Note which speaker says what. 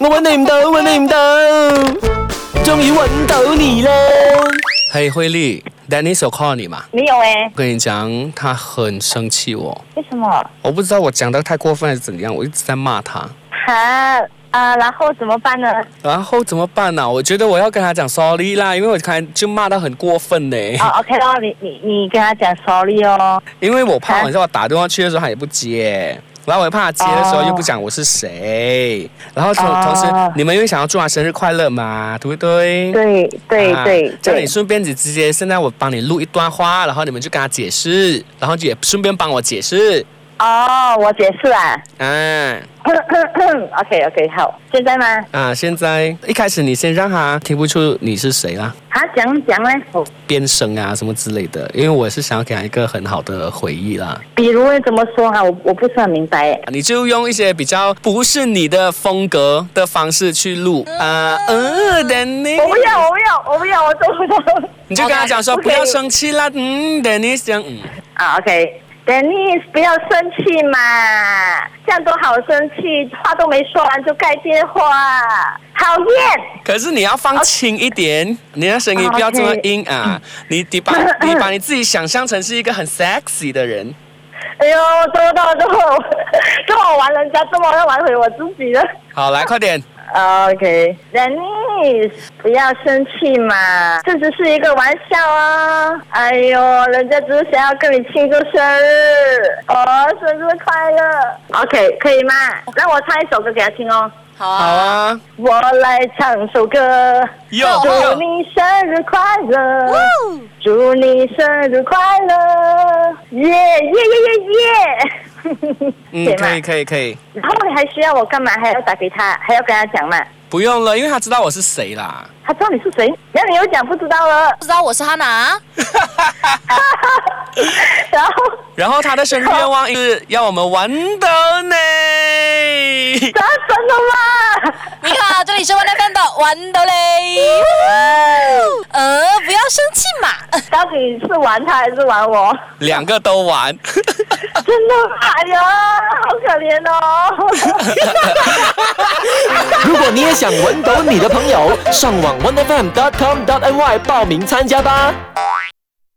Speaker 1: 我揾你唔到，揾你唔到，終於揾到你啦！
Speaker 2: 嘿，慧丽，Dennis 有 call 你吗？
Speaker 3: 没有哎
Speaker 2: 我，跟你讲，他很生气我，
Speaker 3: 为什么？
Speaker 2: 我不知道我讲的太过分还是怎样，我一直在骂他。
Speaker 3: 哈啊，然后怎么办呢？
Speaker 2: 然后怎么办呢、我觉得我要跟他讲 sorry 啦，因为我刚才就骂到很过分呢、
Speaker 3: 哦，OK 咯，你你你跟他讲 sorry 哦。
Speaker 2: 因为我怕晚上我打电话去的时候他也不接，然后我又怕他接的时候又不讲我是谁，然后同
Speaker 3: 哦
Speaker 2: 同时你们又想要祝他生日快乐嘛，对不对？
Speaker 3: 对对
Speaker 2: 啊
Speaker 3: 对
Speaker 2: 这样你
Speaker 3: 对，
Speaker 2: 顺便你直接现在我帮你录一段话，然后你们就跟他解释，然后也顺便帮我解释，
Speaker 3: 哦，我解释啊。
Speaker 2: 啊。
Speaker 3: OK OK，好，现在吗？
Speaker 2: 啊，现在一开始你先让他听不出你是谁啦，
Speaker 3: 啊，讲讲嘞，
Speaker 2: 变声啊什么之类的，因为我是想要给他一个很好的回忆啦。
Speaker 3: 比如会怎么说啊哈、我我不是很明白哎。
Speaker 2: 你就用一些比较不是你的风格的方式去录啊，呃，Dennis，
Speaker 3: 嗯我不要，我不要，我不要，我做不到。
Speaker 2: 你就跟他讲说
Speaker 3: 嗯 OK，
Speaker 2: 不要生气啦，嗯，Dennis 这样，嗯，
Speaker 3: 啊，OK。Dennis，不要生气嘛，这样多好生气，话都没说完就盖电话，讨厌。
Speaker 2: 可是你要放轻一点，你的声音不要这么硬啊，你你把 你把你自己想象成是一个很 sexy 的人。
Speaker 3: 哎呦，都都都， 跟我玩人家，这么要玩回我自己了。
Speaker 2: 好，来快点，
Speaker 3: OK，Dennis，不要生气嘛，这只是一个玩笑啊。哎呦，人家只是想要跟你庆祝生日，哦，生日快乐。OK，可以吗？让我唱一首歌给他听哦。
Speaker 4: 好
Speaker 2: 好
Speaker 4: 啊，
Speaker 2: 啊，
Speaker 3: 我来唱首歌，
Speaker 2: 哟
Speaker 3: 祝你生日快乐，祝你生日快乐，耶耶耶耶
Speaker 2: 嗯
Speaker 4: 啊
Speaker 2: 可
Speaker 3: 耶，
Speaker 2: 以
Speaker 3: 对吗？
Speaker 2: 可以可以，
Speaker 3: 然后你还需要我干嘛？还要打给他，还要跟他讲嘛？
Speaker 2: 不用了，因为他知道我是谁啦。
Speaker 3: 他知道你是谁，然后你又讲不知道了，
Speaker 4: 不知道我是哈娜，啊
Speaker 3: 然后
Speaker 2: 然后他的生日愿望是要我们玩到 你。
Speaker 3: 这真的吗？
Speaker 4: 你好，这里是 One FM 的玩的嘞。呃，不要生气嘛。
Speaker 3: 到底是玩他还是玩我？
Speaker 2: 两个都玩，
Speaker 3: 真的吗，哎呀，好可怜哦。
Speaker 1: 如果你也想揾到你的朋友，上网 onefm.com.ny 报名参加吧。